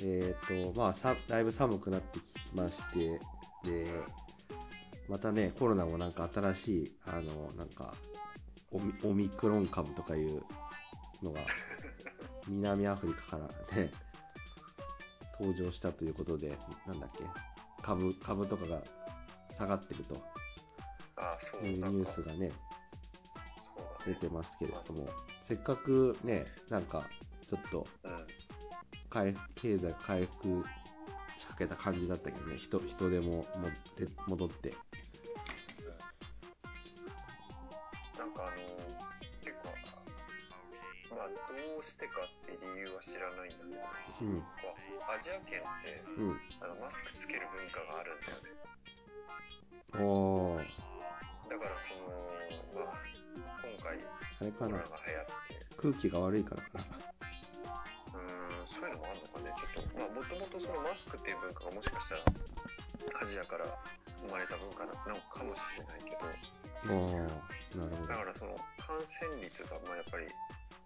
えーとまあ、さだいぶ寒くなってきまして、でまたね、コロナもなんか新しい、あのなんかオミオミクロン株とかいうの が南アフリカから、ね、登場したということで、なんだっけ、株株とかが下がってるとあそういうニなんュかースがね、そうだ出ねてますけれども、せっかくね、なんかちょっとうん回復経済回復しかけた感じだったけどね人人でももって戻ってなんかあのてかまあどうしてかって理由は知らないんだけどうんまあアジア圏ってうあのマスクつける文化があるんだよねんおーだからそのまあ今回あれコかロナなが流行って空気が悪いからかなうーんそういうのもあるのかねちょっとまあもともとそのマスクっていう文化がもしかしたらアジアから生まれた文化なのかもしれないけどおー なるほだからその感染率がまあやっぱり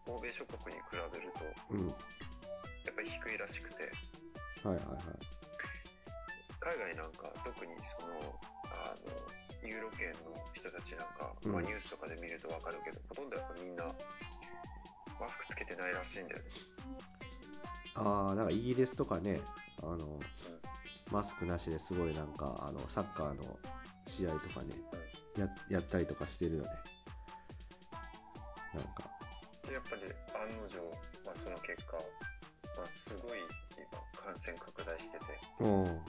欧米諸国に比べるとどうんやっぱり低いらしくてはいはいはい海外なんか特にそのあのユーロ圏の人たちなんか、うんまあ、ニュースとかで見るとわかるけど、ほとんどやっぱみんなマスクつけてないらしいんだよねああなんかイギリスとかねあのマスクなしですごいなんかあのサッカーの試合とかねややったりとかしてるよねなんかでやっぱり案の定、まあ、その結果、まあ、すごい今感染拡大してて、おおうん、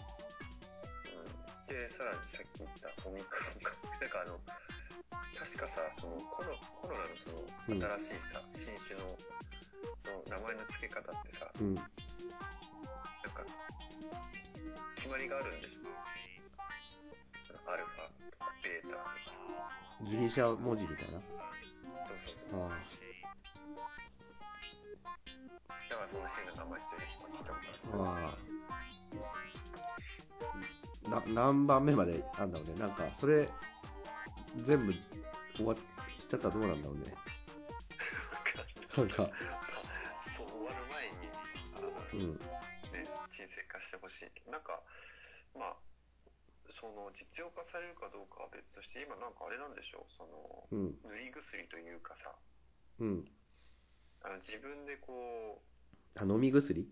でさらにさっき言ったオミクロン株なんかあの確かさそのコロコロナのそのうん新しいさ、新種のその名前の付け方ってさうんなんか、決まりがあるんでしょアルファとかベータとギかリシャ文字みたいなそうそうそうそう。あだからその変な名前してる人聞いたことある。ああな何番目まであんだろうねなんかそれ全部終わっちゃったらどうなんだろうねなんかそう終わる前に、あの、うんね、沈静化してほしいけど。なんか、まあ、その実用化されるかどうかは別として、今なんかあれなんでしょう、その、うん塗り薬というかさ、うんあの自分でこう、あ飲み薬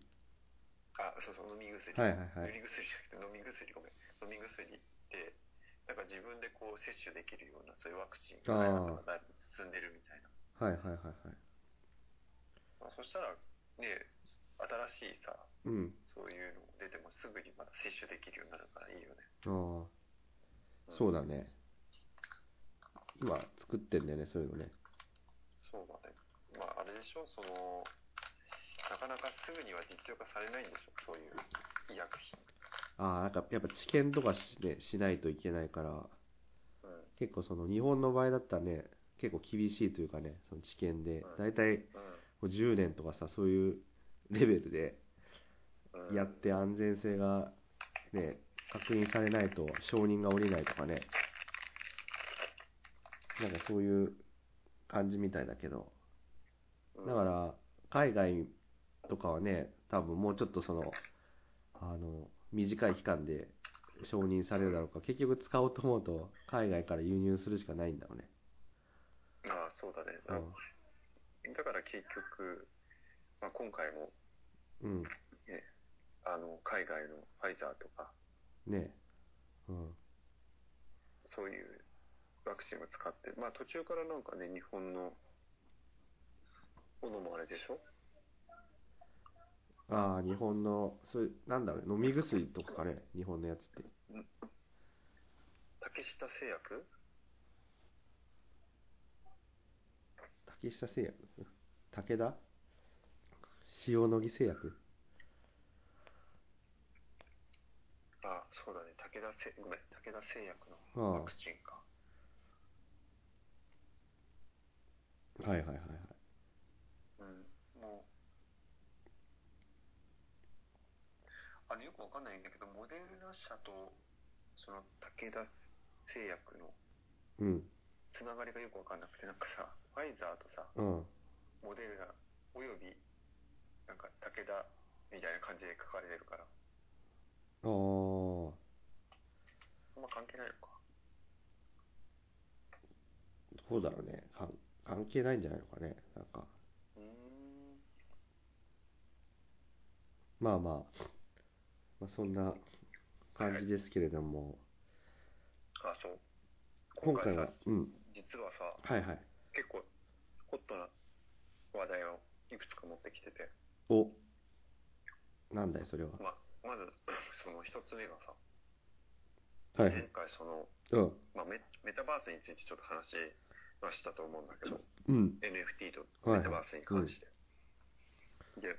あ、そうそう、飲み薬。はいはいは塗いり薬じゃなくて飲み薬ごめん飲み薬ってなんか自分でこう接種できるようなそういうワクチンが開発がだいぶ進んでるみたいな、はいはいはいはいまあ、そしたらね新しいさうんそういうの出てもすぐにまだ接種できるようになるからいいよねああそうだね今作ってんだよねそういうのねそうだねまああれでしょそのなかなかすぐには実用化されないんでしょそういう医薬品ああなんかやっぱ治験とかし,、ね、しないといけないからうん結構その日本の場合だったらね結構厳しいというかねその治験で大体もう10年とかさそういうレベルでうんうんやって安全性がね確認されないと承認が下りないとかねなんかそういう感じみたいだけどうんだから海外とかはね多分もうちょっとそのあの短い期間で承認されるだろうから結局使おうと思うと海外から輸入するしかないんだろうね、ああそうだねうだだから結局、まあ、今回もん、あの海外のファイザーとかうん、ねうんそういうワクチンを使って、まあ、途中からなんかね日本のものもあれでしょああ、日本の、そういう、なんだろうね、飲み薬とかかね、日本のやつって。竹下製薬竹下製薬武田塩野義製薬あそうだね武田製ごめん武田製薬あのあワクチンかはいはいはいはい。うんもうあのよくわかんないんだけどモデルナ社とその武田製薬のうん、つながりがよくわかんなくてなんかさファイザーとさうん。モデルナおよびなんか武田みたいな感じで書かれてるから。あーあんま関係ないのか。どうだろうねかん関係ないんじゃないのかねなんかうーん。まあまあ、まあ、そんな感じですけれどもあ、そう。今回はさ、うん実はさ、はいはい結構ホットな話題をいくつか持ってきてて、おなんだいそれはままずその一つ目がさ、はいは前い回その、うんまあ、メメタバースについてちょっと話しましたと思うんだけど、うん NFT とはいはいメタバースに関して。で、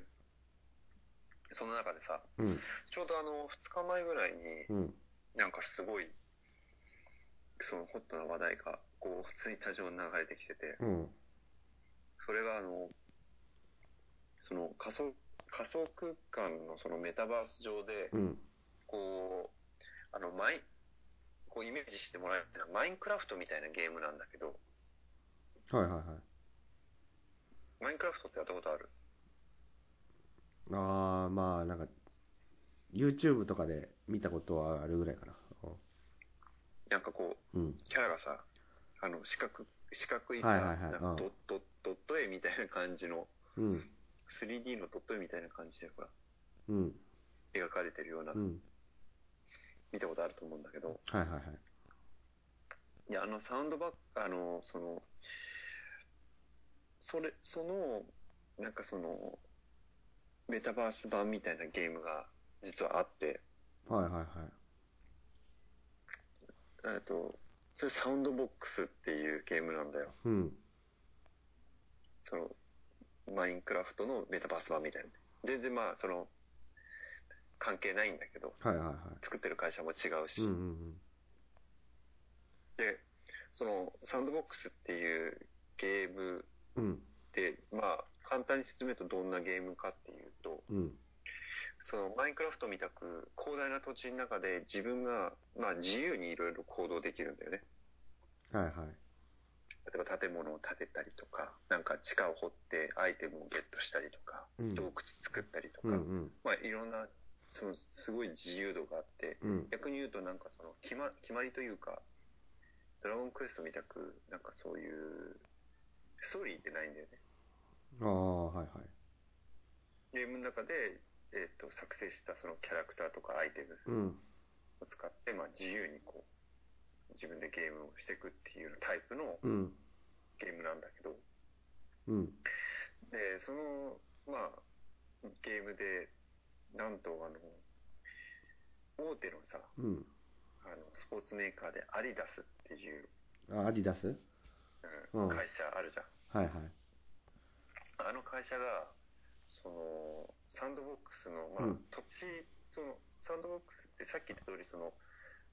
その中でさ、うんちょうどあの2日前ぐらいに、うんなんかすごい、そのホットな話題が、こう、ツイッター上に流れてきてて、うんそれがあの、その仮想、仮想空間のそのメタバース上で、うんこう、あの、マイ、こうイメージしてもらえるのはマインクラフトみたいなゲームなんだけど、はいはいはいマインクラフトってやったことあるああまあなんか YouTube とかで見たことはあるぐらいかななんかこう、うんキャラがさ、あの、四角、四角いさ、はいはいはいなんうんかドット、ドット絵みたいな感じの、うん 3D のドット絵みたいな感じで、ほら、うん描かれてるようなう、ん見たことあると思うんだけど、はいはいはいいや、あの、サウンドバック、あの、その、それ、その、なんかその、メタバース版みたいなゲームが実はあって、はいはいはいえっと、それサウンドボックスっていうゲームなんだよ。うんその、マインクラフトのメタバース版みたいな。全然まあ、その、関係ないんだけど、はいはいは作ってる会社も違ういし、うんうんで、その、サウンドボックスっていうゲームうんうんって、まあ、簡単に説明するとどんなゲームかっていうと、うんそのマインクラフトみたく広大な土地の中で自分が、まあ、自由にいろいろ行動できるんだよね。はいはい例えば建物を建てたりとか、なんか地下を掘ってアイテムをゲットしたりとか、うん洞窟作ったりとか、うんうんまあいろんな、そのすごい自由度があって、うん逆に言うとなんかその決ま決まりというか、ドラゴンクエストみたく、なんかそういう、ストーリーってないんだよね。ああはいはいゲームの中で、えっ、と、作成したそのキャラクターとかアイテム、うんを使って、まあ、自由にこう自分でゲームをしていくっていうようなタイプのうんゲームなんだけどうんでその、まあ、ゲームでなんとあの大手のさうんあのスポーツメーカーでアディダスっていう、あアディダスうんうん会社あるじゃんはいはいあの会社がそのサンドボックスの、まうあん土地そのサンドボックスってさっき言った通りその、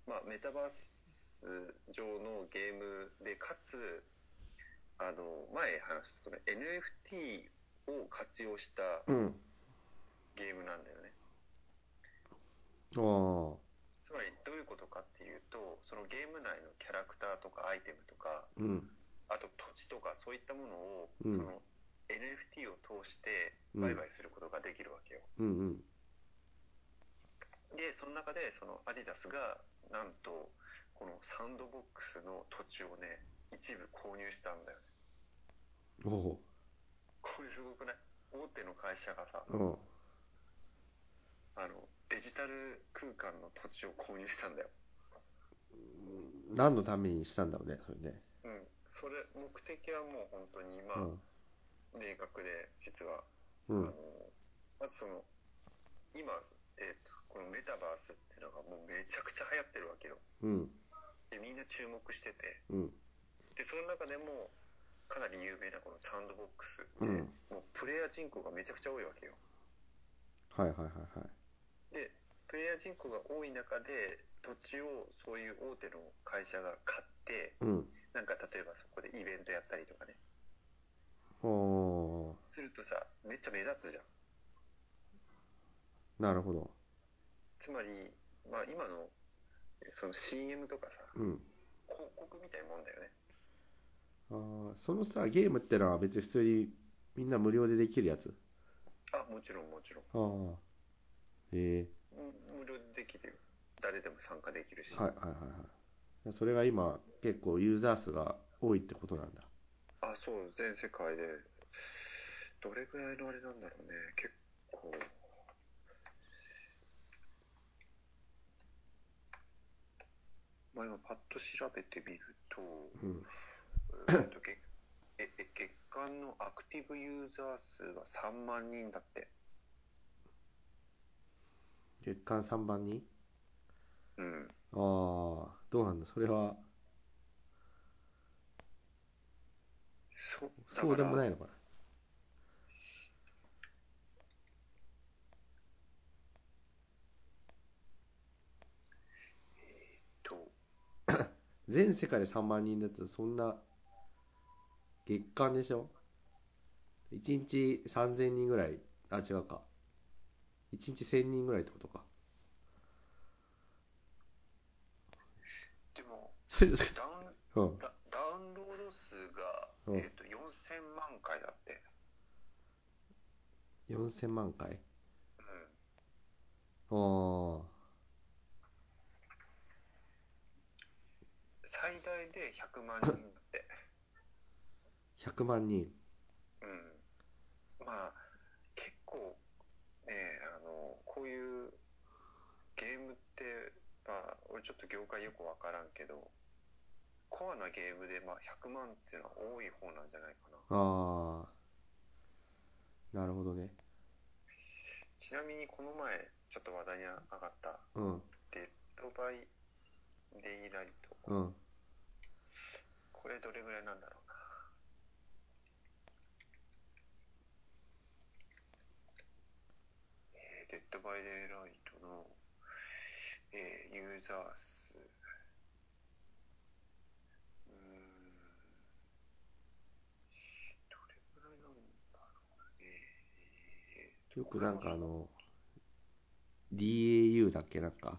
まあ、メタバース上のゲームでかつあの前話したその NFT を活用したうんゲームなんだよね。ああつまりどういうことかっていうとそのゲーム内のキャラクターとかアイテムとかうんあと土地とかそういったものを、うんその NFT を通してうん売買することができるわけよ。うんうんで、その中で、そのアディダスが、なんと、このサンドボックスの土地をね、一部購入したんだよね。おおこれすごくない大手の会社がさ、うんあの、デジタル空間の土地を購入したんだよ。何のためにしたんだろうねそれねうん。それ、目的はもう本当に、うまんあ、明確で、実は、うあのん、まずその、今、えっ、と、このメタバースっていうのがもうめちゃくちゃ流行ってるわけよ。うんで、みんな注目してて、うんでその中でもかなり有名なこのサンドボックスうで、んもうプレイヤー人口がめちゃくちゃ多いわけよはいはいはいはいでプレイヤー人口が多い中で土地をそういう大手の会社が買ってうんなんか例えばそこでイベントやったりとかねおおするとさめっちゃ目立つじゃんなるほどつまり、まあ、今のえその CM とかさうん広告みたいなもんだよねあーそのさゲームってのは別に普通にみんな無料でできるやつあもちろんもちろんああえうん無料でできる誰でも参加できるし、ー、はいはいはいはい。それが今、結構ユーザー数が多いってことなんだ。あそう全世界でどれぐらいのあれなんだろうね結構まあ今パッと調べてみると,、うん。えっと 月ええ月間のアクティブユーザー数は3万人だって月間3番にうんああ、どうなんだ、それは、そうそうでもないいのかな。と全世界で3万人だったらそんな月間でしょ ?1 日3000人ぐらい、あ、違うか。1日1000人ぐらいってことか。でもそれでダウンうん。ダダウンロード数が、うんえっと4000万回だって4000万回うんああ。最大で100 万人だって100万人。うんまあ結構ねあのこういうゲームってまあ俺ちょっと業界よくわからんけどコアなゲームで、まあ、100万っていうのは多い方なんじゃないかなああ。なるほどね。ちなみにこの前ちょっと話題に上がったうん。デッドバイデイライトうん。これどれぐらいなんだろうなえーデッドバイデイライトの、えーユーザー数うーんどれぐらいなんだろうねえーよくなんかあの、DAU だっけなんか、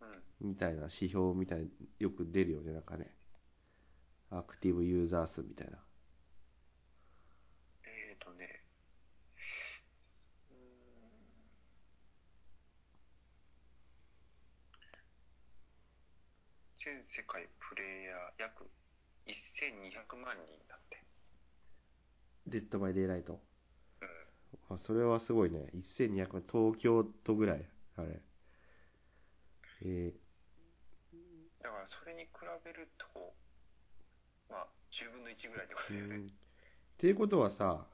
うんみたいな指標みたいよく出るよね、なんかね。アクティブユーザー数みたいな。えーとね、うーん全世界プレイヤー約1200万人だって。デッドバイデイライト。うん、あそれはすごいね。1200万、東京都ぐらい。あれ。えだからそれに比べると、まあ、10分の1ぐらいってこー、とうだよね。ん。っていうことはさ、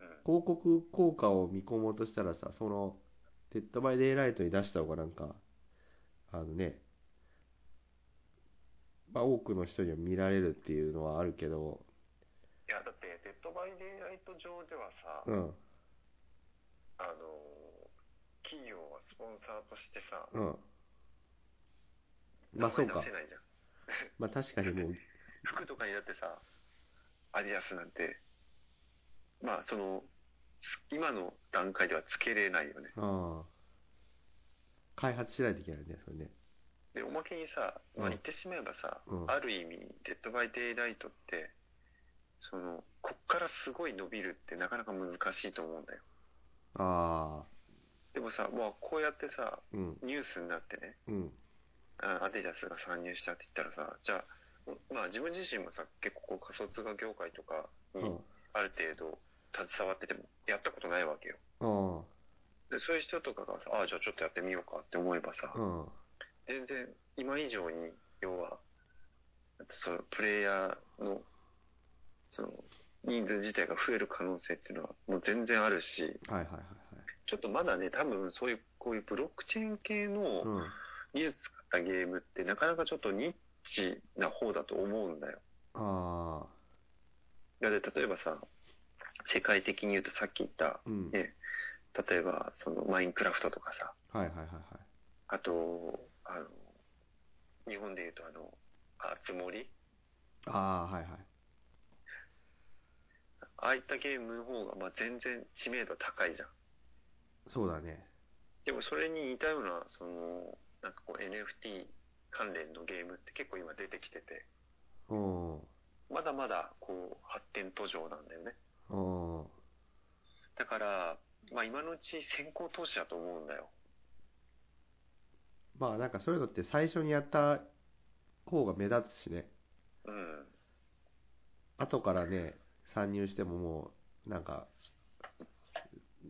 うん、広告効果を見込もうとしたらさ、その、デッドバイデイライトに出した方がなんか、あのね、まあ多くの人には見られるっていうのはあるけど、いや、だって、デッドバイデイライト上ではさ、うん、あのー、企業はスポンサーとしてさ、うん。まあそう名か前出せ。ないじゃん。まあ確かにもう、服とかにだってさ、アディアスなんて、まあその、つ今の段階ではつけれないよね。ああ。開発しないといけないね、それね。で、おまけにさ、うまあん言ってしまえばさ、うんある意味、デッドバイデイライトって、その、こっからすごい伸びるってなかなか難しいと思うんだよ。ああ。でもさ、まあこうやってさ、うん、ニュースになってね、うん、あアディダスが参入したって言ったらさ、じゃあ、おまあ自分自身もさ、結構こう仮想通貨業界とかうにん。ある程度携わってても、やったことないわけよ。ああ。でそういう人とかがさ、ああ、じゃあちょっとやってみようかって思えばさ、うん。全然今以上に、要は、そのプレイヤーの、その、人数自体が増える可能性っていうのはもう全然あるし、はいはいはいはい。ちょっとまだね、多分そういう、こういうブロックチェーン系うのん。技術使ったゲームってなかなかちょっとニッチな方だと思うんだよ。ああ。だって例えばさ、世界的に言うとさっき言った、うん。ね例えばそのマインクラフトとかさ、はいはいはいはい。あと、あの、日本で言うとあの、あつ森ああ、はいはい。ああいったゲームの方が、まあ、全然知名度高いじゃん。そうだね。でもそれに似たような、その、なんかこう NFT 関連のゲームって結構今出てきてて、うん。まだまだこう発展途上なんだよね。うん。だから、まあ今のうち先行投資だと思うんだよ。まあなんかそういうのって最初にやった方が目立つしね。うん。後からね、参入してももう、なんか、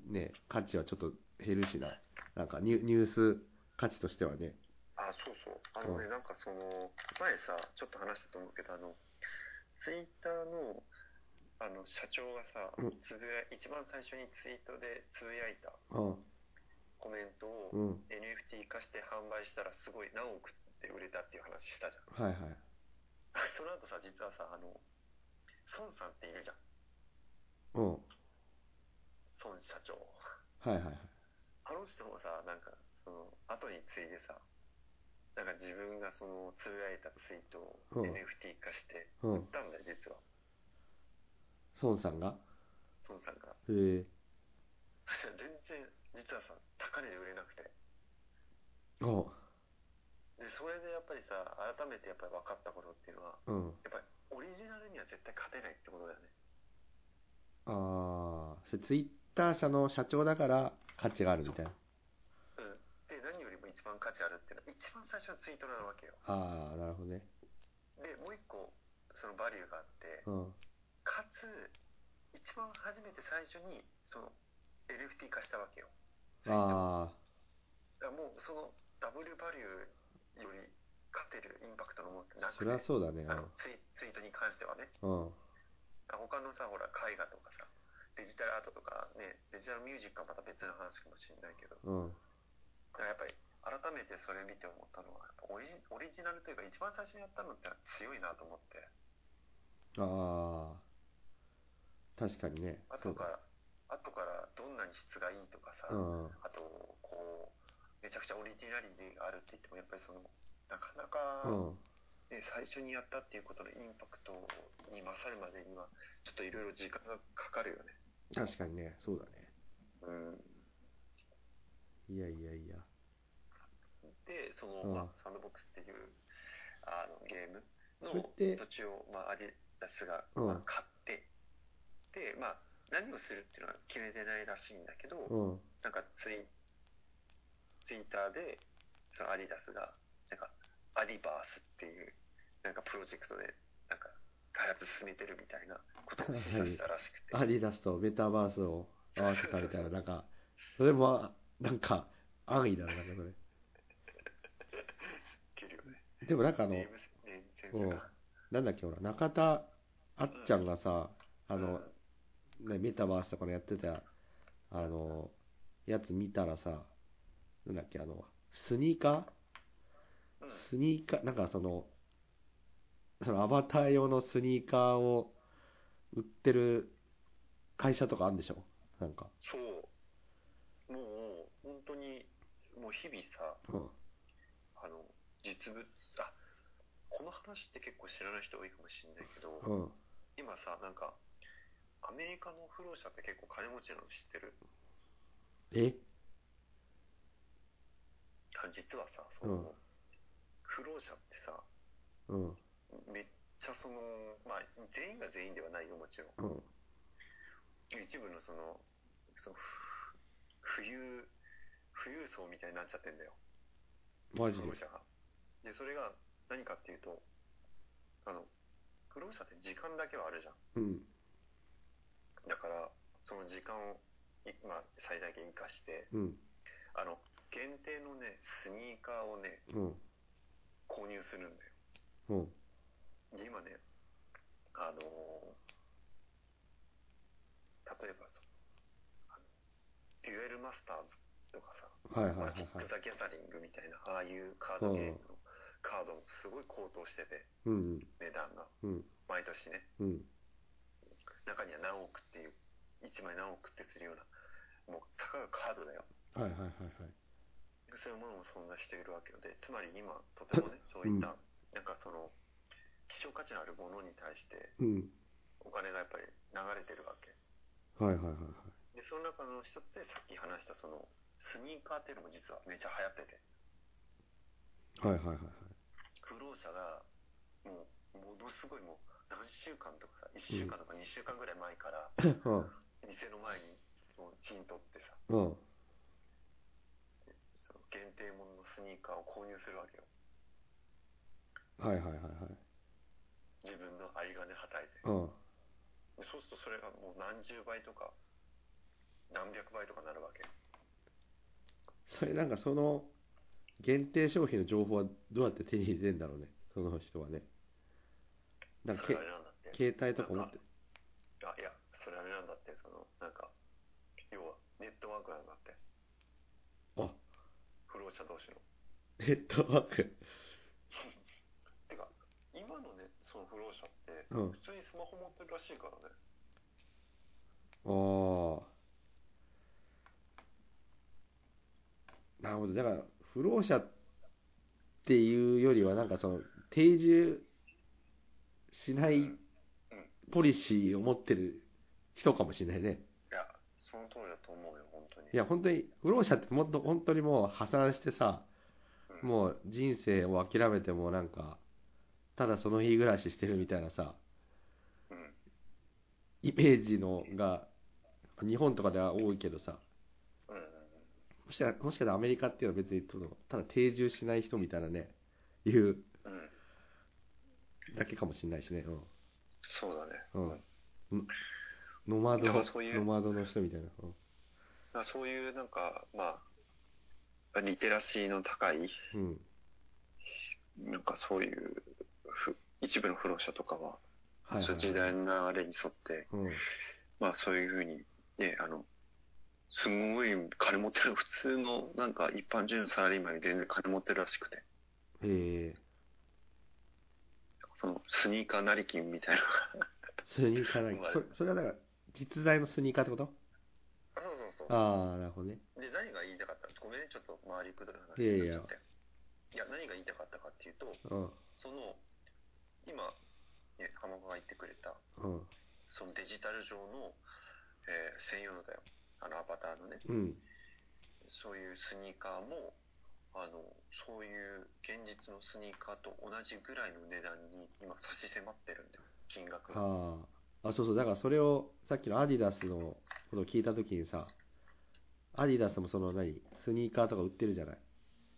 ね、価値はちょっと減るしな。なんかニュニュース価値としてはね。あ、そうそう。あのね、うなんかその、前さ、ちょっと話したと思うけど、あの、ツイッターの、あの、社長がさうん、つぶや、一番最初にツイートでつぶやいたうん。コメントうを、ん。 NFT 化して販売したらすごい何億って売れたっていう話したじゃん。 はいはい。その後さ、実はさ、あの、孫さんっているじゃん。うん。は孫社長。いはいはい。あの人もさ、なんか、その、後に継いでさ、なんか自分がその、つぶやいたツイートをうん NFT 化して、う売っん。たんだよ、実は。孫さんが孫さんが。へえ。そしたら 全然、実はさ、高値で売れなくて。うん。で、それでやっぱりさ、改めてやっぱり分かったことっていうのは、うん。やっぱりオリジナルには絶対勝てないってことだよね。ああ、それツイッター社の社長だから価値があるみたいな。うん。で、何よりも一番価値あるっていうのは、一番最初のツイートなわけよ。ああ、なるほどね。で、もう一個、そのバリューがあって、うん。かつ、一番初めて最初に、その、NFT 化したわけよ。あだからもう、その、ダブルバリューより、勝てるインパクトのものってなあ、くそりゃて、そうだね。あのツイ、ツイートに関してはね、うん。他のさ、ほら、絵画とかさ、デジタルアートとかね、デジタルミュージックはまた別の話かもしれないけど、うん。だからやっぱり、改めてそれ見て思ったのは、やっぱオリジオリジナルというか、一番最初にやったのってのは強いなと思って。ああ、確かにね。後から、後からどんなに質がいいとかさ、そうだ。うん。あと、こう、めちゃくちゃオリジナリティがあるって言っても、やっぱりその、なかなか、うん。ね最初にやったっていうことのインパクトに勝るまでには、ちょっといろいろ時間がかかるよね。確かにね、そうだね。うん。いやいやいや。で、その、うんまあ、サンドボックスっていう、あの、ゲームそれっての土地を、まあ、アディダスが、うんまあ、買って、で、まあ、何をするっていうのは決めてないらしいんだけど、うん。なんかツイツイッターで、そのアディダスが、なんか、アディバースっていう、なんかプロジェクトで、なんか、開発進めてるみたいなことを示唆したらしくて。アディダスとメタバースを合わせたみたいな、なんか、それも、なんか、安易だな、なんかそれ。切るよね。でもなんかあの、ネームセ、ネームセンスが。なんだっけ、ほら、中田あっちゃんがさ、あの、ね、メタバースとかのやってた、あの、やつ見たらさ、なんだっけ、あの、スニーカうん、うんースニーカー、なんかその、そのアバター用のスニーカーを売ってる会社とかあるんでしょなんか。そう。もう、本当に、もう日々さ、うん。あの、実物、あ、この話って結構知らない人多いかもしれないけど、うん。今さ、なんか、アメリカの不老者って結構金持ちなの知ってるえあ実はさ、その、うん不老者ってさ、うん。めっちゃその、まあ、全員が全員ではないよ、もちろん。うん。一部のその、その、ふ富裕、富裕層みたいになっちゃってんだよ、マジ不で老。者が。で、それが何かっていうと、あの、不老者って時間だけはあるじゃうん。ん。だから、その時間を、いまあ、最大限活かして、うん。あの、限定のね、スニーカーをね、うん。購入するんだよ。うん。で、今ね、あのー例えばその、あのデュエルマスターズとかさ、はいはいはいはマジック・い。ザ・ギャザリングみたいな、ああいうカードゲームのカードもすごい高騰してて、うん。値段が。うん。毎年ね、うん。中には何億っていう、1枚何億ってするような、もう、たかがカードだよ。はいはいはいはい。そういうものも存在しているわけで、つまり今、とてもね、そういった、なんかその、希少価値のあるものに対して、うん。お金がやっぱり流れてるわけ。はいはいはいはい。で、その中の一つでさっき話したその、スニーカーっていうのも実はめちゃ流行ってて、はいはいはいはい。不老者が、もう、ものすごいもう、何週間とかさ、1週間とか2週間ぐらい前から、うん。店の前にを陣取ってさうん。その限定もののスニーカーを購入するわけよはいはいはいはい。自分の有り金はたいてうん。でそうするとそれがもう何十倍とか何百倍とかなるわけよそれなんかその限定商品の情報はどうやって手に入れてんだろうね、その人はね。なんかそけれあれなんだって携帯とか 持って。あいやそれあれなんだってそのなんか要はネットワークなんだってあ、不労者同士のネットワーク。てか今のねその不労者ってうん。普通にスマホ持ってるらしいからねああ。なるほど。だから、不老者っていうよりは、なんかその、定住しないポリシーを持ってる人かもしれないね。いやその通りだと思うよ本当にいや、本当に、不老者ってもっと本当にもう破産してさ、うんもう人生を諦めてもうなんか、ただその日暮らししてるみたいなさ、うんイメージのが、日本とかでは多いけどさ、うんうんうんもしかもしかしたらアメリカっていうのは別にそのただ定住しない人みたいなね、いううんだけかもしれないしね、うそうだねん。うん。んノマド、だからそういうノマドの人みたいな。まあ、そういうなんかまあリテラシーの高いうん。うんなんかそういうふ一部の不労者とかは、はいはい、その時代の流れに沿ってうん。まあそういうふうにねあのすごい金持ってる普通のなんか一般人のサラリーマンより全然金持ってるらしくてえー、そのスニーカー成金みたいなスニーカーない。それそれはだから、実在のスニーカーってことあそうそうそああ、なるほどね。うで何が言いたかったごめんねちょっと周りくどい話いやいにやなっちゃっていや何が言いたかったかっていうとうん。その今、ね、浜川が言ってくれたうん。そのデジタル上の、えー専用だよあのアバターのねうん。そういうスニーカーもあのそういう現実のスニーカーと同じぐらいの値段に今差し迫ってるんだよ金額がああ。あ、そうそう。だからそれを、さっきのアディダスのことを聞いたときにさ、アディダスもその何、スニーカーとか売ってるじゃない。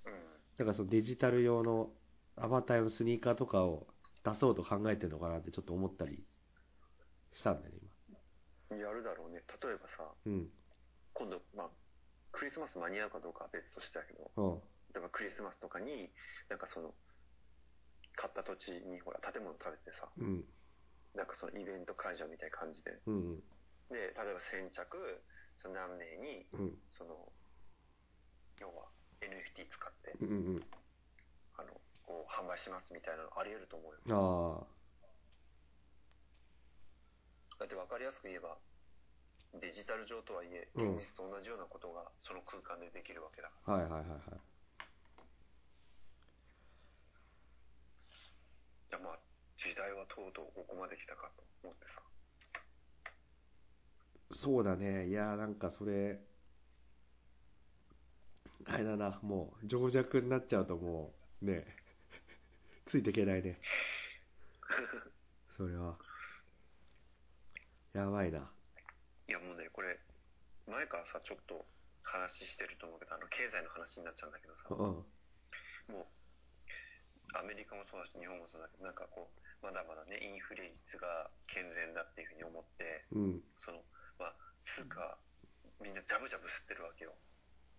うんだからそのデジタル用のアバター用のスニーカーとかを出そうと考えてるのかなってちょっと思ったりしたんだよね、やるだろうね例えばさ今。今度まあクリスマス間に合うかどうかは別としてだけどうん。うん。例えばクリスマスとかになんかその買った土地にほら建物建ててさうん。なんかそのイベント会場みたいな感じでうん。で例えば先着その何名にうん。その要は NFT 使ってうん。うん。あのこう販売しますみたいなのあり得ると思うよああ。だって分かりやすく言えばデジタル上とはいえうん現実と同じようなことがその空間でできるわけだかはいはいはいはい。ら、いやまあ時代はとうとうここまで来たかと思ってさそうだね。いやーなんかそれ、あれだな、もう、情弱になっちゃうともう、ね、 ついていけない ね。それは。やばいな。いやもうねこれ前からさちょっと話してると思うけどあの経済の話になっちゃうんだけどさうん。もうアメリカもそうだし日本もそうだけどなんかこうまだまだねインフレ率が健全だっていうふうに思ってうん。そのまあ通貨みんなジャブジャブ吸ってるわけよ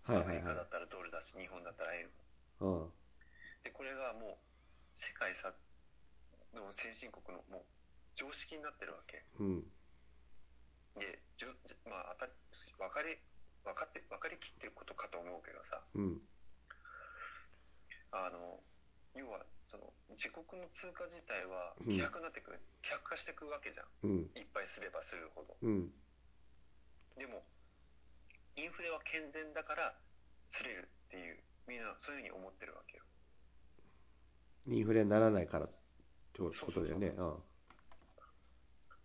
はいアはいメリはカいだ。ったらドルだし日本だったら円うん。でこれがもう世界さの先進国のもう常識になってるわけうん。でじょじまあ当たり分かり分かって分かりきってることかと思うけどさうん。あの要はその自国の通貨自体はうん希薄になってくる、希薄化してくわけじゃんうん。いっぱいすればするほどうん。でもインフレは健全だからすれるっていうみんなそういうふうに思ってるわけよインフレにならないからってことだよね。うん。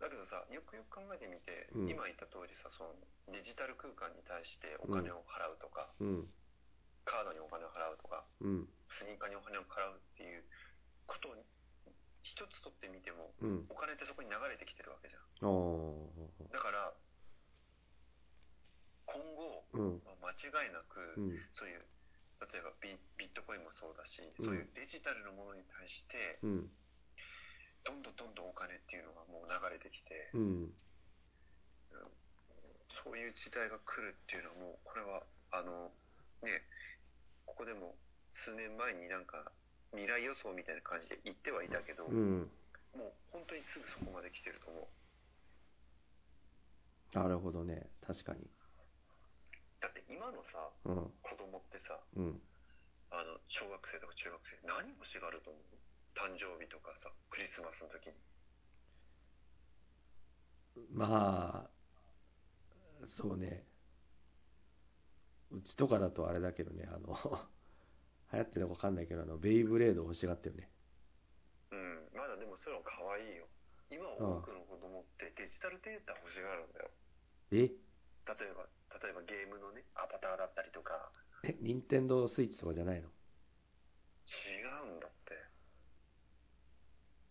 だけどさよくよく考えてみて、うん今言った通りさそのデジタル空間に対してお金を払うとか、うん。カードにお金を払うとかうん。スニーカーにお金を払うっていうことを一つ取ってみてもうん。お金ってそこに流れてきてるわけじゃんおー。だから今後、うん、まあ間違いなく、うん、そういう、例えばビビットコインもそうだし、そういうデジタルのものに対して、うん、どんどんどんどんお金っていうのがもう流れてきて、うん。そういう時代が来るっていうのはもう、これは、あの、ね、ここでも数年前になんか、未来予想みたいな感じで言ってはいたけど、うん。もう本当にすぐそこまで来てると思う。なるほどね。確かに。だって今のさ、うん。子供ってさ、うん。あの、小学生とか中学生、何欲しがると思う誕生日とかさ、クリスマスの時に。まあ、そうね。うちとかだとあれだけどね、あの、 流行ってるのか分かんないけど、あの、ベイブレード欲しがってるね。うん、まだでもそういうの可愛いよ。今多くの子供ってデジタルデータ欲しがるんだよ。え例えば、例えばゲームのね、アバターだったりとか、え、ニンテンドースイッチとかじゃないの違うんだって。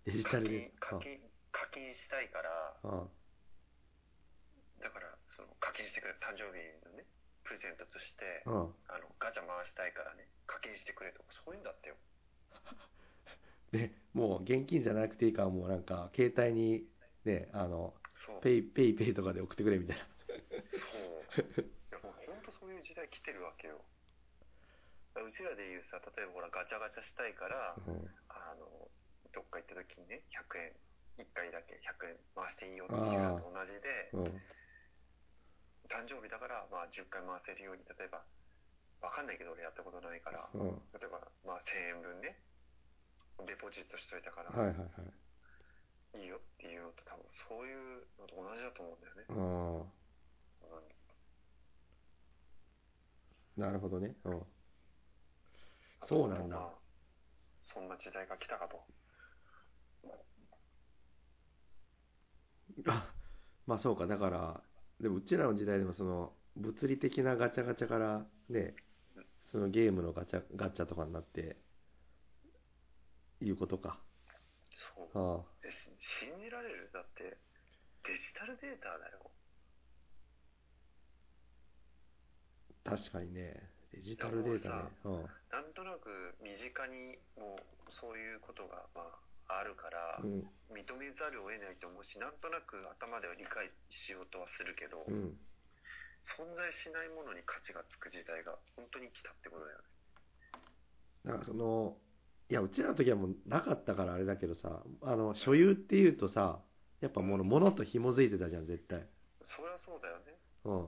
デジタ課ル金で。、課金、課金したいから、うん。うんだから、その課金してくれる誕生日のね、プレゼントとして、うん。あの、ガチャ回したいからね、課金してくれとか、そういうんだってよ。で、もう現金じゃなくていいから、もうなんか、携帯に、ね、あの、そう。ペイペイペイとかで送ってくれみたいな。そう。 いや、もう本当そういう時代来てるわけよ。だからうちらで言うさ、例えばほら、ガチャガチャしたいから、うんあの、どっか行った時にね、100円、1回だけ100円回していいよっていうのと同じで、うん。誕生日だから、まあ10回回せるように、例えば、わかんないけど俺やったことないから、うん。例えば、まあ1000円分ね、デポジットしといたから、はいはいはい。いいよっていうのと多分そういうのと同じだと思うんだよね。うん。うんなるほどね。うん。そうなんだ。まあそんな時代が来たかと。あまあそうかだからでもうちらの時代でもその物理的なガチャガチャからねそのゲームのガチャガチャとかになっていうことかそう。あえし信じられるだって、デジタルデータだよ。あ確かにねデジタルデータねうんなんとなく身近にもうそういうことがまああるからうん認めざるを得ないと思うしなんとなく頭では理解しようとはするけどうん存在しないものに価値がつく時代が本当に来たってことだよね。だからそのいやうちらの時はもうなかったからあれだけどさあの所有っていうとさやっぱもの物と紐づいてたじゃん絶対そりゃそうだよね。うん。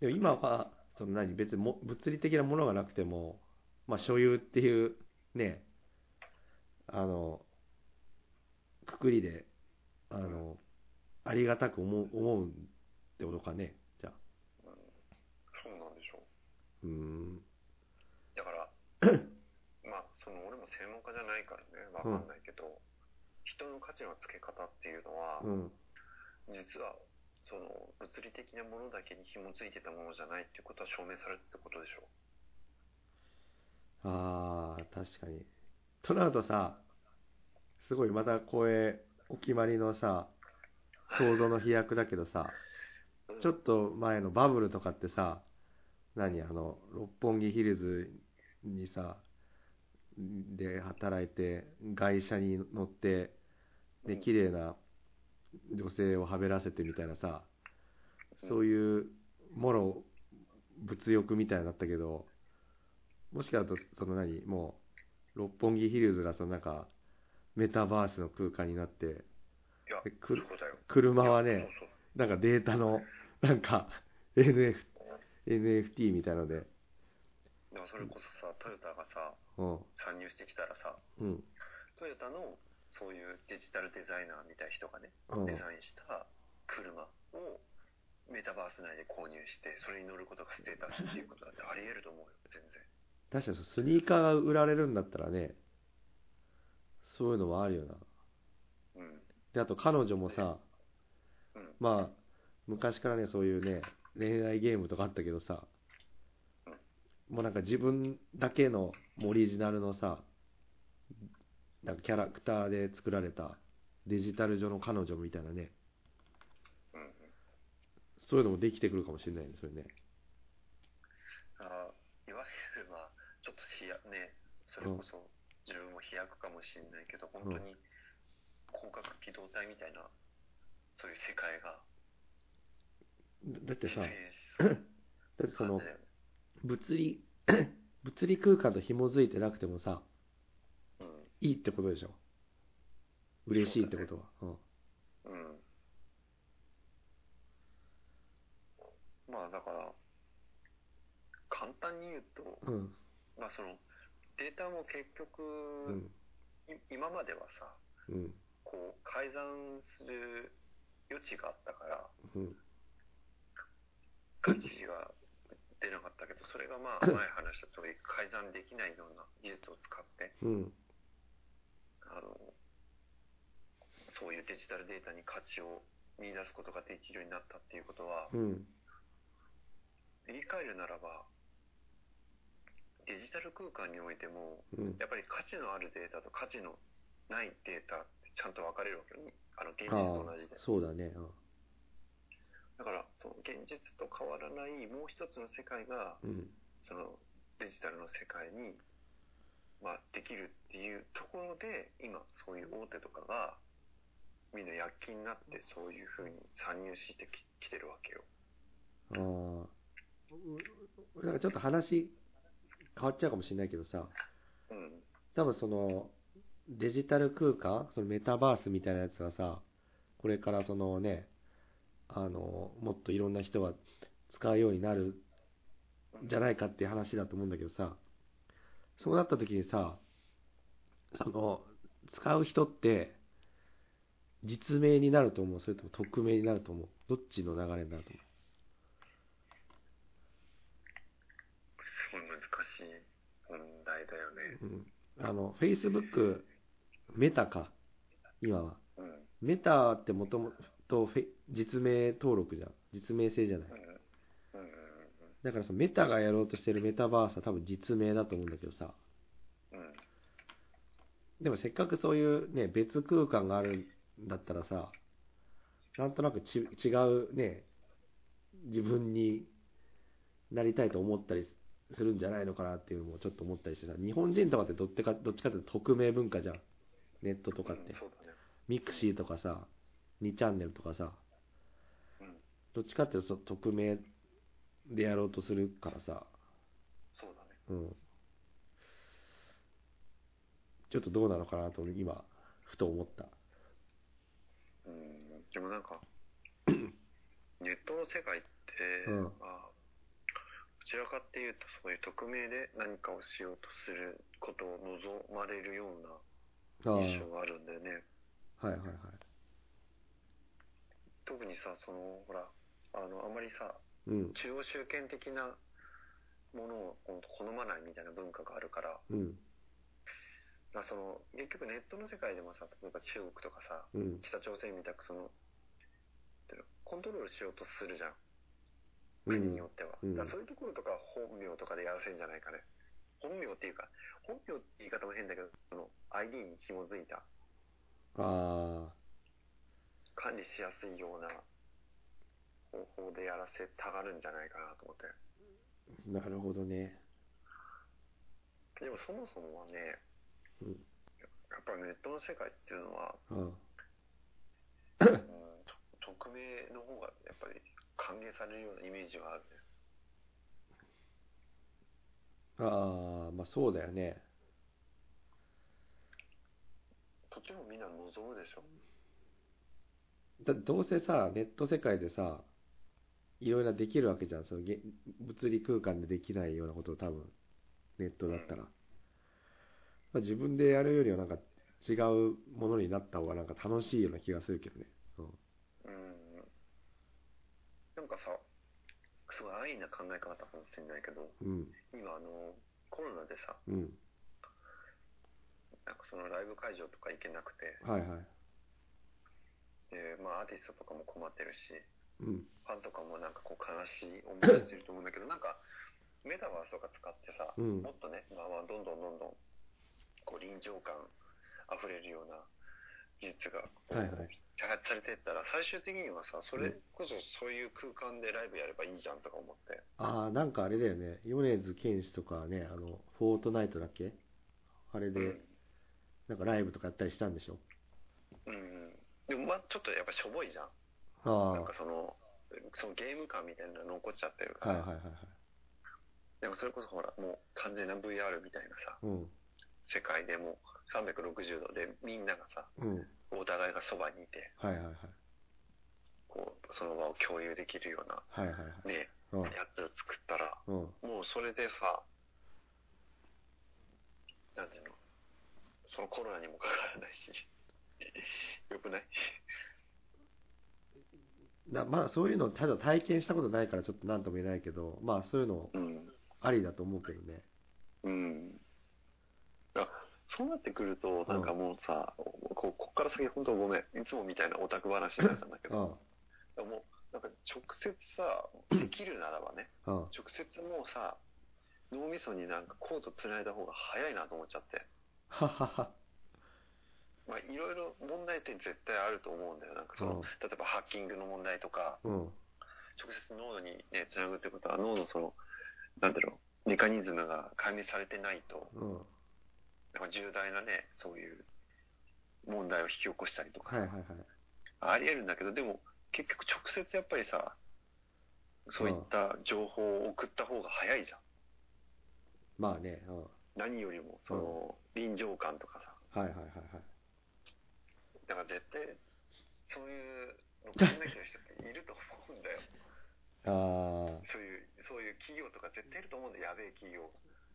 でも今は、その何、別にも物理的なものがなくても、まあ所有っていう、ね、あの、くくりで、あの、ありがたく思う、思うってことかね、じゃあ。うん、そうなんでしょう。うーん。だから、 まあ、その俺も専門家じゃないからね、わかんないけど、人の価値の付け方っていうのは、うん。実は、その物理的なものだけに紐付いてたものじゃないっていうことは証明されるってことでしょああ、確かに。となるとさ、すごいまたこれ、お決まりのさ、想像の飛躍だけどさ、うんちょっと前のバブルとかってさ、何あの、六本木ヒルズにさ、で働いて、外車に乗って、で、綺麗な女性をはべらせてみたいなさ、そういう、もろ、物欲みたいになったけど、もしかすると、その何もう、六本木ヒルズがそのなんか、メタバースの空間になって、いや、えくるそうだよ。車はね、そうそうなんかデータ の、なんか NF、NFT みたいので、でもそれこそさ、トヨタがさ、うん、参入してきたらさ、うん、トヨタのそういうデジタルデザイナーみたいな人がね、うんデザインした車をメタバース内で購入して、それに乗ることがステータスっていうことだってあり得ると思うよ、全然。確かにそうスニーカーが売られるんだったらね、そういうのはあるよな。うん。で、あと彼女もさ、うん。まあ、昔からね、そういうね、恋愛ゲームとかあったけどさ、もうなんか自分だけのオリジナルのさ、なんかキャラクターで作られたデジタル上の彼女みたいなね、うん。そういうのもできてくるかもしれないですよね。あいわゆる、まあ、ちょっと飛躍ね、それこそ自分も飛躍かもしれないけど、本当に広角機動隊みたいな、そういう世界がだだってさ、だ実現しそうなってそ感のじだよね物理、 物理空間と紐づいてなくてもさ、うんいいってことでしょ。嬉しいってことは。うんうんまあだから、簡単に言うと、うん。まあその、データも結局、うん。い今まではさ、うん。こう、改ざんする余地があったから、うん。価値が出なかったけど、それが まあ前話した通り、改ざんできないような技術を使って、うん。あの、そういうデジタルデータに価値を見出すことができるようになったっていうことは、うん。言い換えるならば、デジタル空間においても、うん。やっぱり価値のあるデータと価値のないデータってちゃんと分かれるわけよね。あの、現あ実あと同じで、。そうだね。だから、その現実と変わらないもう一つの世界が、うん。うんそのデジタルの世界に、まあ、できるっていうところで、今、そういう大手とかが、みんな躍起になって、そういうふうに参入してききてるわけよ。あーうなんかちょっと話変わっちゃうかもしれないけどさ、うん。多分そのデジタル空間、そのメタバースみたいなやつがさ、これからそのね、あの、もっといろんな人が使うようになるんじゃないかっていう話だと思うんだけどさ、そうなった時にさ、その、使う人って、実名になると思うそれとも匿名になると思うどっちの流れになると思うすごい難しい問題だよね。うんあの、Facebook、メタか、今は。うん。うメタってもともとフェ実名登録じゃん。実名制じゃない。ん。うん。うんだからさ、メタがやろうとしてるメタバースは多分実名だと思うんだけどさ。うん。でもせっかくそういうね、別空間があるんだったらさ、なんとなくち違うね、自分になりたいと思ったりするんじゃないのかなっていうのもちょっと思ったりしてさ、日本人とかってどっちかどっちかっていうと匿名文化じゃん。ネットとかってうん。そうだね。ミクシーとかさ、2チャンネルとかさ、うん。どっちかっていうと匿名でやろうとするからさ、そうだね。うん。ちょっとどうなのかなと今、ふと思った。うん。でもなんか、ネットの世界って、うんまあ、どちらかっていうと、そういう匿名で何かをしようとすることを望まれるようなああ、はい印象があるんだよね。はいはい。特にさ、その、ほら、あの、あんまりさ、うん、中央集権的なものをほんと好まないみたいな文化があるから、うん、まあ、その、結局ネットの世界でもさ、例えば中国とかさ、うん、北朝鮮みたくその、なんていうのコントロールしようとするじゃん。う国にんよ。っては。うんだからそういうところとか本名とかでやらせんじゃないかね。本名っていうか、本名って言い方も変だけど、その ID に紐づいた、ああ、管理しやすいような方法でやらせたがるんじゃないかなと思って。なるほどね。でもそもそもはね、うんやっぱネットの世界っていう のは、うん、うんと匿名の方がやっぱり歓迎されるようなイメージがあるね。ああ、まあそうだよね。そっちもみんな望むでしょ。だってどうせさ、ネット世界でさ、いろいろできるわけじゃん。そのげ物理空間でできないようなことを多分、ネットだったら。まあ、自分でやるよりはなんか違うものになった方がなんか楽しいような気がするけどね。うん。なんかさ、すごい安易な考え方かもしれないけど、うん、今あのコロナでさうん。なんかそのライブ会場とか行けなくてはいはい。で、まあ、アーティストとかも困ってるしうん、ファンとかもなんかこう悲しい思いをしてると思うんだけどなんかメタバースとか使ってさ、うんもっとね、まあ、まあどんどんどんどんこう臨場感あふれるような技術がはいはい開発されてったら最終的にはさそうれんこそそういう空間でライブやればいいじゃんとか思ってああ、なんかあれだよね。米津玄師とかね、あの、フォートナイトだっけあれで、なんかライブとかやったりしたんでしょうん、うん、でもまあちょっとやっぱしょぼいじゃんああ、なんかそのそのゲーム感みたいなの残っちゃってるかはいら、はいはいはい。でもそれこそほらもう完全な VR みたいなさうん、世界でもう360度でみんながさうん、お互いがそばにいてはいはいはい。こうその場を共有できるようなはいはいはい。ねうん、やつを作ったらうん、もうそれでさなんていうのそのコロナにもかからないし よくないなまあそういうの、ただ体験したことないからちょっと何とも言えないけど、まあそういうのうんありだと思うけどね。うんあそうなってくるとなんかもうさ、ここっから先本当ごめんいつもみたいなオタク話になっちゃうんだけうどん、もうなんか直接さできるならばねうん。直接もうさ脳みそになんかコードつないだ方が早いなと思っちゃってははは。まあいろいろ問題点絶対あると思うんだよなんかその、うん例えばハッキングの問題とかうん、直接脳にねつなぐってことは脳のそのなんだろうメカニズムが解明されてないとうん。はなんか重大なねそういう問題を引き起こしたりとか、いはいはい。ありえるんだけどでも結局直接やっぱりさそういった情報を送った方が早いじゃんまあね、うん。何よりもその臨場感とかさはいはいはいはい。だから絶対そういうの考えてる人っていると思うんだよああ、そういうそういう企業とか絶対いると思うんだよやべえ企業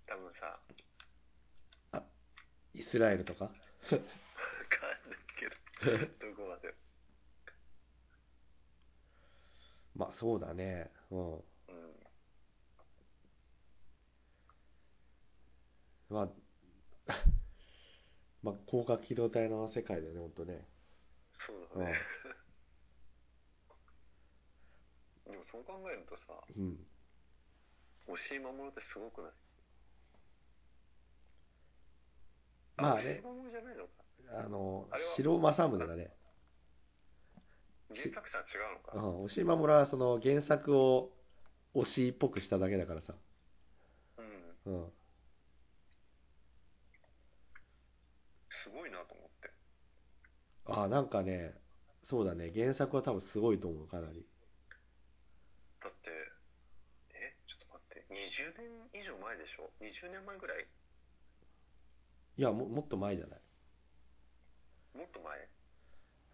多分さイスラエルとかわかんないけど どこまでまあそうだね。うん。うんまあ、 まあ、高架機動隊の世界だよね、ほんとね。そうだね、でもそう考えるとさうん。押井守ってすごくないまあ押井ね、守じゃないのかあのあれは、城政宗だね。原作者は違うのうかん。押井守はその原作を押しっぽくしただけだからさ。うんうん。すごいなと思ってああ、なんかね、そうだね、原作は多分すごいと思う、かなり。だってえちょっと待って20年以上前でしょ20年前ぐらいいや、も、もっと前じゃない。もっと前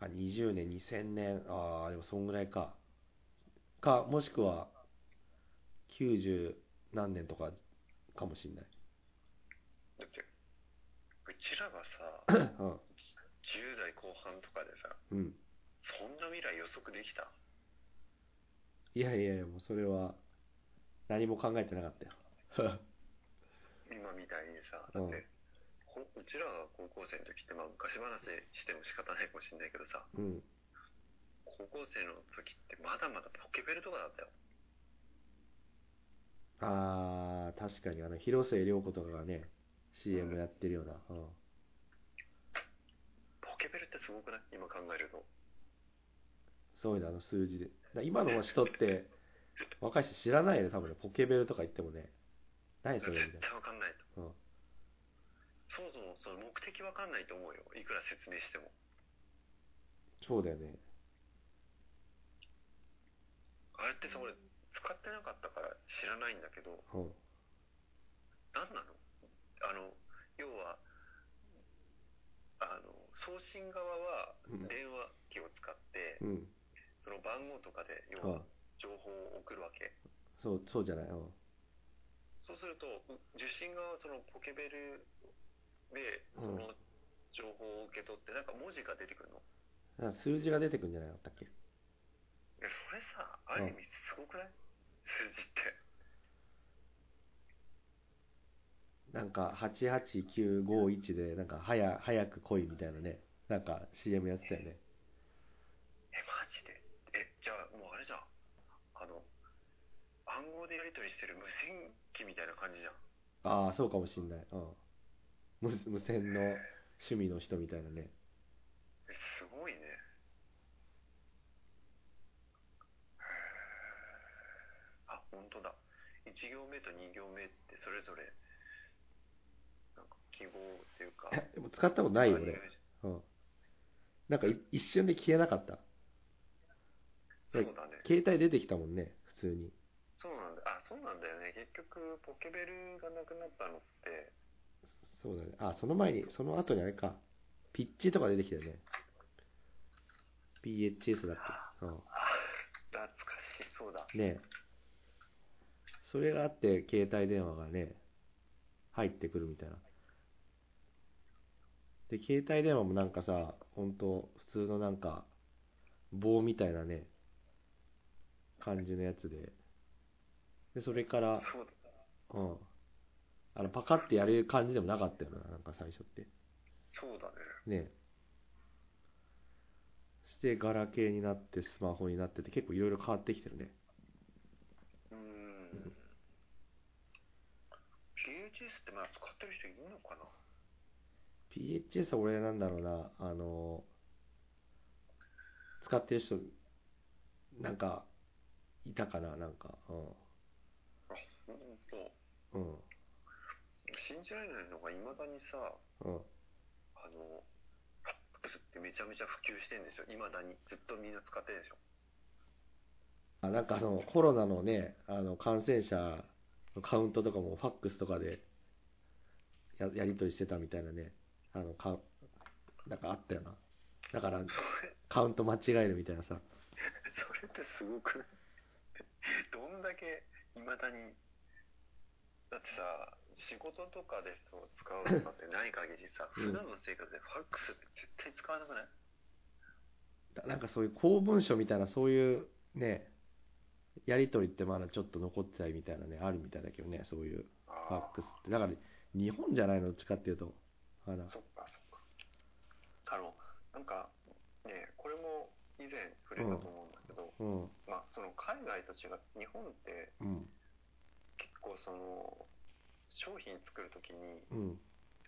あ、20年、2000年、ああ、でもそんぐらいか。か、もしくは、90何年とかかもしんない。だってうちらがさ うん。 10代後半とかでさうん。そんな未来予測できたいやいやいや、もうそれは、何も考えてなかったよ。今みたいにさだうっんて、こうちらが高校生の時って、まあ、昔話しても仕方ないかもしれないけどさうん。高校生の時ってまだまだポケベルとかだったよああ、確かに、あの、広末涼子とかがね、CM やってるような。うん。ポケベルってすごくない今考えるとそういうの、あの数字で。だから今の人って、 若い人知らないよね、多分ね。ポケベルとか言ってもね。何そ絶れみたいな。対わかんないと、うんそもそもその目的わかんないと思うよいくら説明してもそうだよね。あれってさ俺使ってなかったから知らないんだけどうん。何なのあの要はあの送信側はうん電話機を使って、うん。その番号とかで要うはん。情報を送るわけそう、そうじゃない。うん。そうするとう受信側はそのポケベルでその情報を受け取ってなんか文字が出てくるのなんか数字が出てくるんじゃないだったっけいやそれさある意味すごくない、数字ってなんか、88951で、なんか、早、早く来いみたいなね。なんか、CM やってたよね。えマジでえじゃあもうあれじゃんあの暗号でやり取りしてる無線機みたいな感じじゃんああ、そうかもしんない。うん。無無線の趣味の人みたいなね。 えすすごいね。あ、本当だ。1行目と2行目ってそれぞれ、なんか記号っていうか。えでも使ったことないよねあ。うん。なんかい一瞬で消えなかった。そうだね。携帯出てきたもんね、普通に。そうなんだ。あ、そうなんだよね。結局、ポケベルがなくなったのって、そうだね。あ、その前に、その後にあれか。ピッチとか出てきたよね。PHS だっけ。うん。あ、懐かしい。そうだ。ねえそれがあって携帯電話がね入ってくるみたいなで携帯電話もなんかさ本当普通のなんか棒みたいなね感じのやつででそれから、そうだ。うん、あのパカってやれる感じでもなかったよななんか最初ってそうだね。ねしてガラケーになってスマホになってて結構いろいろ変わってきてるねうーん。PHS ってまだ使ってる人いるのかな PHS は俺なんだろうな、あの、使ってる人、なんか、いたかな、なんか、本当。うん、うん、信じられないのがいまだにさあうん。のファックスってめちゃめちゃ普及してんでしょいまだにずっとみんな使ってるでしょあ、なんかあの、コロナのね、あの、感染者のカウントとかも、ファックスとかでや、やり取りしてたみたいなね、あの、か、なんかあったよな。だから、それカウント間違えるみたいなさ。 それってすごくない どんだけいまだにだってさ仕事とかでそう使うとかってない限りさうん普段の生活でファックスって絶対使わなくないだなんかそういう公文書みたいなそういうねやり取りってまだちょっと残ってたりみたいなねあるみたいだけどねそういうファッあクスってだから日本じゃないのどっちかっていうとあらあそっかそっかあのなんかねこれも以前触れたと思うんだけど、うんまあその海外と違って日本ってうん結構その商品作るときにうん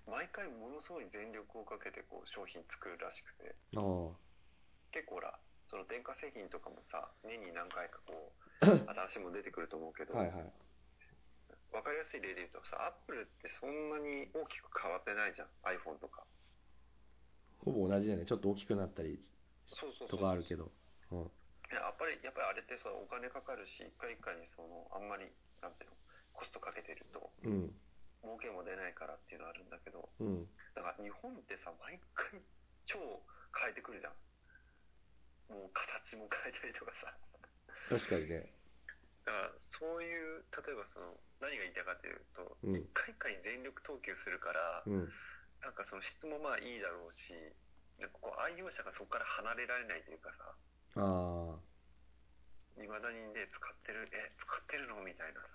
毎回ものすごい全力をかけてこう商品作るらしくてああ結構ほらその電化製品とかもさ年に何回かこう新しいもの出てくると思うけど、はいわはい分かりやすい例で言うとさアップルってそんなに大きく変わってないじゃん iPhone とかほぼ同じだよねちょっと大きくなったりそうそうとそうかあるけどうんいややっぱりやっぱりあれってさお金かかるし一回一回にそのあんまりなんていうのコストかけてるとうん儲けも出ないからっていうのあるんだけどうんだから日本ってさ毎回超変えてくるじゃんもう形も変えたりとかさ確かにねだからそういう例えばその何が言いたいかというとうん一回一回全力投球するからうんなんかその質もまあいいだろうしなんかこう愛用者がそこから離れられないというかさああいまだにね使ってるえ使ってるのみたいなさ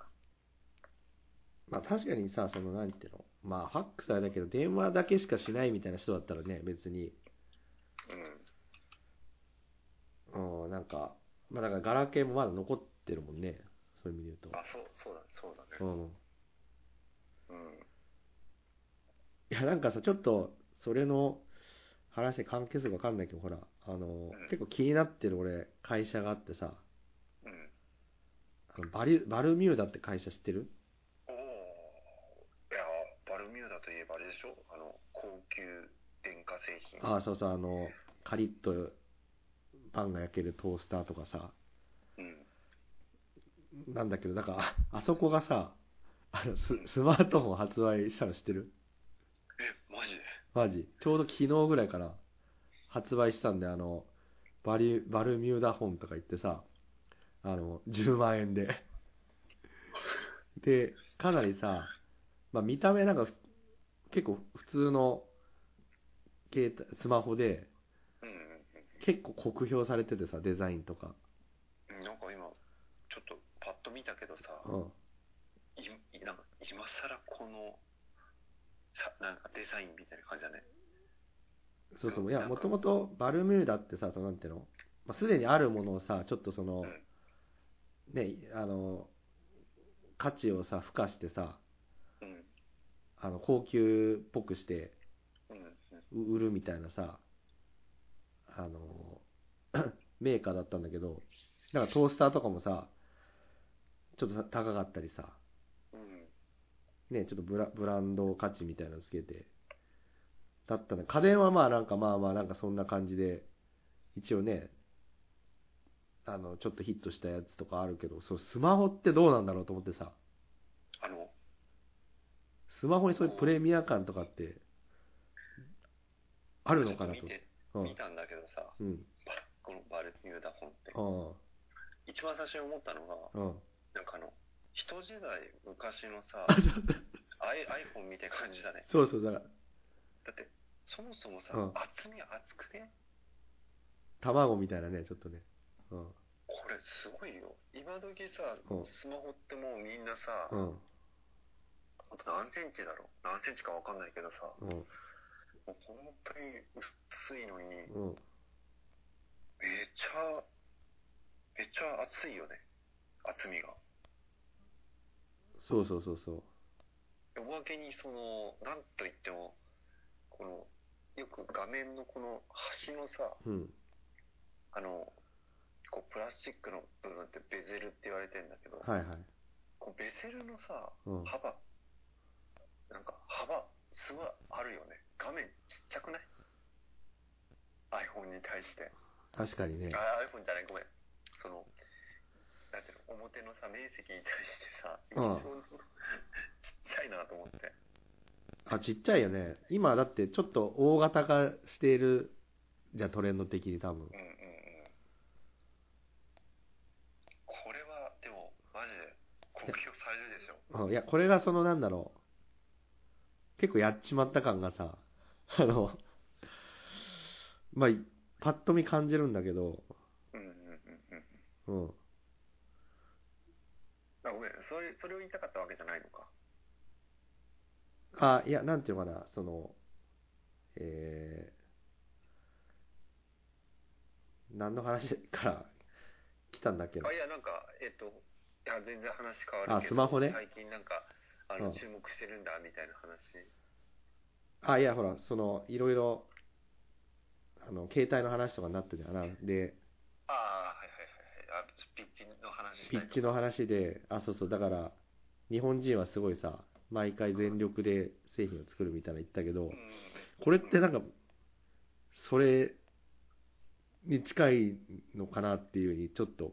まあ確かにさそのなんていうのまあファックスはあれだけど電話だけしかしないみたいな人だったらね別にうんうん、なんか、まあだからガラケーもまだ残ってるもんね。そういう意味であそうそうだそうだ言ねうと。うん。うんいや、なんかさ、ちょっと、それの話で関係するかわかんないけど、ほら、あのん、結構気になってる俺、会社があってさ、うんあのバリュ、バルミューダって会社知ってるおおいやバルミューダといえばあれでしょあの高級電化製品ああ、そうそう、あの、カリッとパンが焼けるトースターとかさ、うんなんだけど、だから、ああそこがさ、あのススマートフォン発売したの知ってるえマジでマジ。ちょうど昨日ぐらいから発売したんで、あの、バリュ、バルミューダ本とか言ってさ、あの、10万円で。で、かなりさ、まあ見た目なんかふ結構普通の携帯、スマホでうん結構酷評されててさ、デザインとか。うんうんなんか今ちょっとパッと見たけどさうん。いいなんか今更このさなんかデザインみたいな感じだねそうそう。いや、なんもかともとバルミューダってさ、そのなんていうの、まあ、すでにあるものをさ、ちょっとその、ね、あの、価値をさ、付加してさ、うんあの高級っぽくしてうんうんう売るみたいなさあの、 メーカーだったんだけど、なんかトースターとかもさ、ちょっとさ高かったりさ、うん。ね、ちょっとブラブランド価値みたいなのつけて、だったね。家電はまあなんかまあまあなんかそんな感じで、一応ね、あの、ちょっとヒットしたやつとかあるけど、そう、スマホってどうなんだろうと思ってさ、あの、スマホにそういうプレミア感とかって、ああるのかな見と。て、うん見。たんだけどさ、うん。バこのバルミューダ本って。うん。一番最初に思ったのが、うん。なんかあの、人時代昔のさ、あそう I- iPhone みたいな感じだね。そうそう、だから、だって、そもそもさ、うん厚み厚くね卵みたいなね、ちょっとね。うん。これすごいよ。今時さうん、スマホってもうみんなさ、うん。あと何センチだろう何センチかわかんないけどさ、うん。もう本当に薄いのに、めうん。ちゃ、めちゃ厚いよね。厚みが。そうそうそうそう。おまけにその、なんといっても、この、よく画面のこの端のさ、うん。あの、こうプラスチックの部分ってベゼルって言われてんだけど、はいはい。こうベゼルのさ、うん。幅、なんか幅、すごいあるよね。画面ちっちゃくない ?iPhone に対して。確かにね。あ iPhone じゃない、ごめん。その、なんていうの、表のさ、面積に対してさ、印象の、ちっちゃいなと思って。あ、ちっちゃいよね。今、だってちょっと大型化している、じゃあトレンド的に多分う。んうんうん。これは、でも、マジで、酷評されるでしょ。うん。いや、これがそのなんだろう。結構やっちまった感がさ、あの、まあ、パッと見感じるんだけど、うんうんうんううん。ん。あごめんそれ、それを言いたかったわけじゃないのか。あ、いや、なんていうのかな、その、えー、何の話から来たんだっけなあいや、なんか、えっと、いや、全然話変わるけど、あスマホね最近なんか、あうのん注目してるんだみたいな話。あ、いや、ほら、その、いろいろ、あの、携帯の話とかになったじゃんな。で、ああ、はいはいはいはい。あピッチの話しピたいッチの話で、あ、そうそう、だから、日本人はすごいさ、毎回全力で製品を作るみたいなの言ったけどうんう、んうんこれってなんか、それに近いのかなっていうふうに、ちょっと、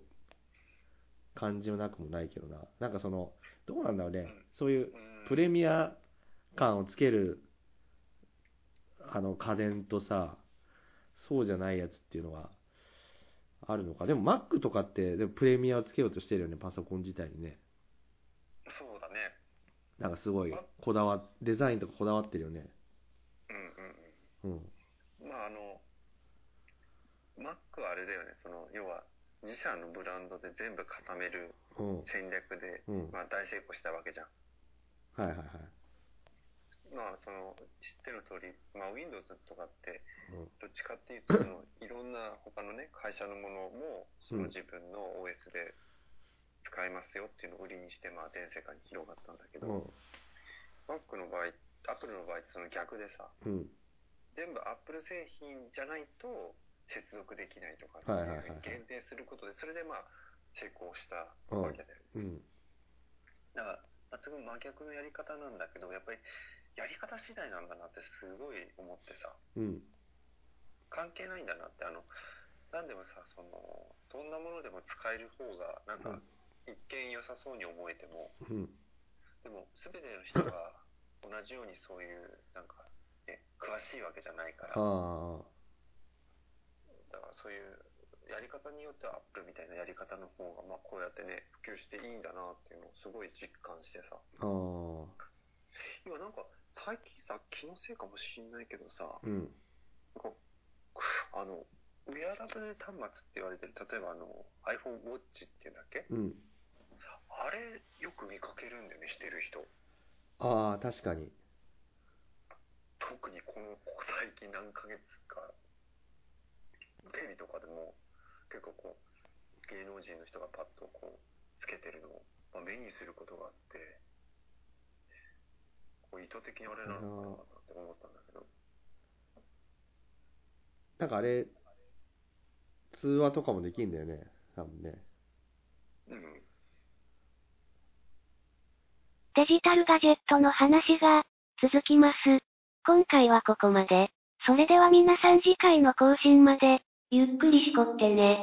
感じもなくもないけどな。なんかその、どうなんだろうね。そういう、うんプレミア感をつけるあの家電とさそうじゃないやつっていうのはあるのかでも Mac とかってでもプレミアをつけようとしてるよねパソコン自体にねそうだね。なんかすごいこだわデザインとかこだわってるよねううんんうんうん。まあ、あの、Mac はあれだよね、その、要は、自社のブランドで全部固めるうん戦略で、うんはまあ、大成功したわけじゃん。いはいはいまあ、その、知ってる通り、まあ、Windows とかって、うんどっちかっていうと、そのいろんな他のね、会社のものも、その自分の OS で使いますよっていうのを売りにして、まあ、全世界に広がったんだけど、うん Mac の場合、Apple の場合ってその逆でさ、うん全部 Apple 製品じゃないと接続できないとかってはいはいはいいう限定することで、それでまあ、成功したわけだようね。んだから、全く真逆のやり方なんだけど、やっぱり、やり方次第なんだなってすごい思ってさ、うん関係ないんだなってあの何でもさそのどんなものでも使える方がなんうかん一見良さそうに思えてもうんでも全ての 人が同じようにそういうなんか、ね、詳しいわけじゃないからああだからそういうやり方によってはアップルみたいなやり方の方がまあこうやってね普及していいんだなっていうのをすごい実感してさああ今なんか最近さ気のせいかもしんないけどさうんなんかあのウェアラブル端末って言われてる例えばあの iPhoneWatch っていうんだっけうんあれ、よく見かけるんだよね、してる人。ああ確かに特にこの、ここ最近何ヶ月か、テレビとかでも、結構こう、芸能人の人がパッとこう、つけてるのを、まあ、目にすることがあって、こう意図的にあれなのかなって思ったんだけど。なんかあれ通話とかもできるんだよね。多分ね。うん。デジタルガジェットの話が続きます。今回はここまで。それでは皆さん次回の更新まで、ゆっくりしこってね。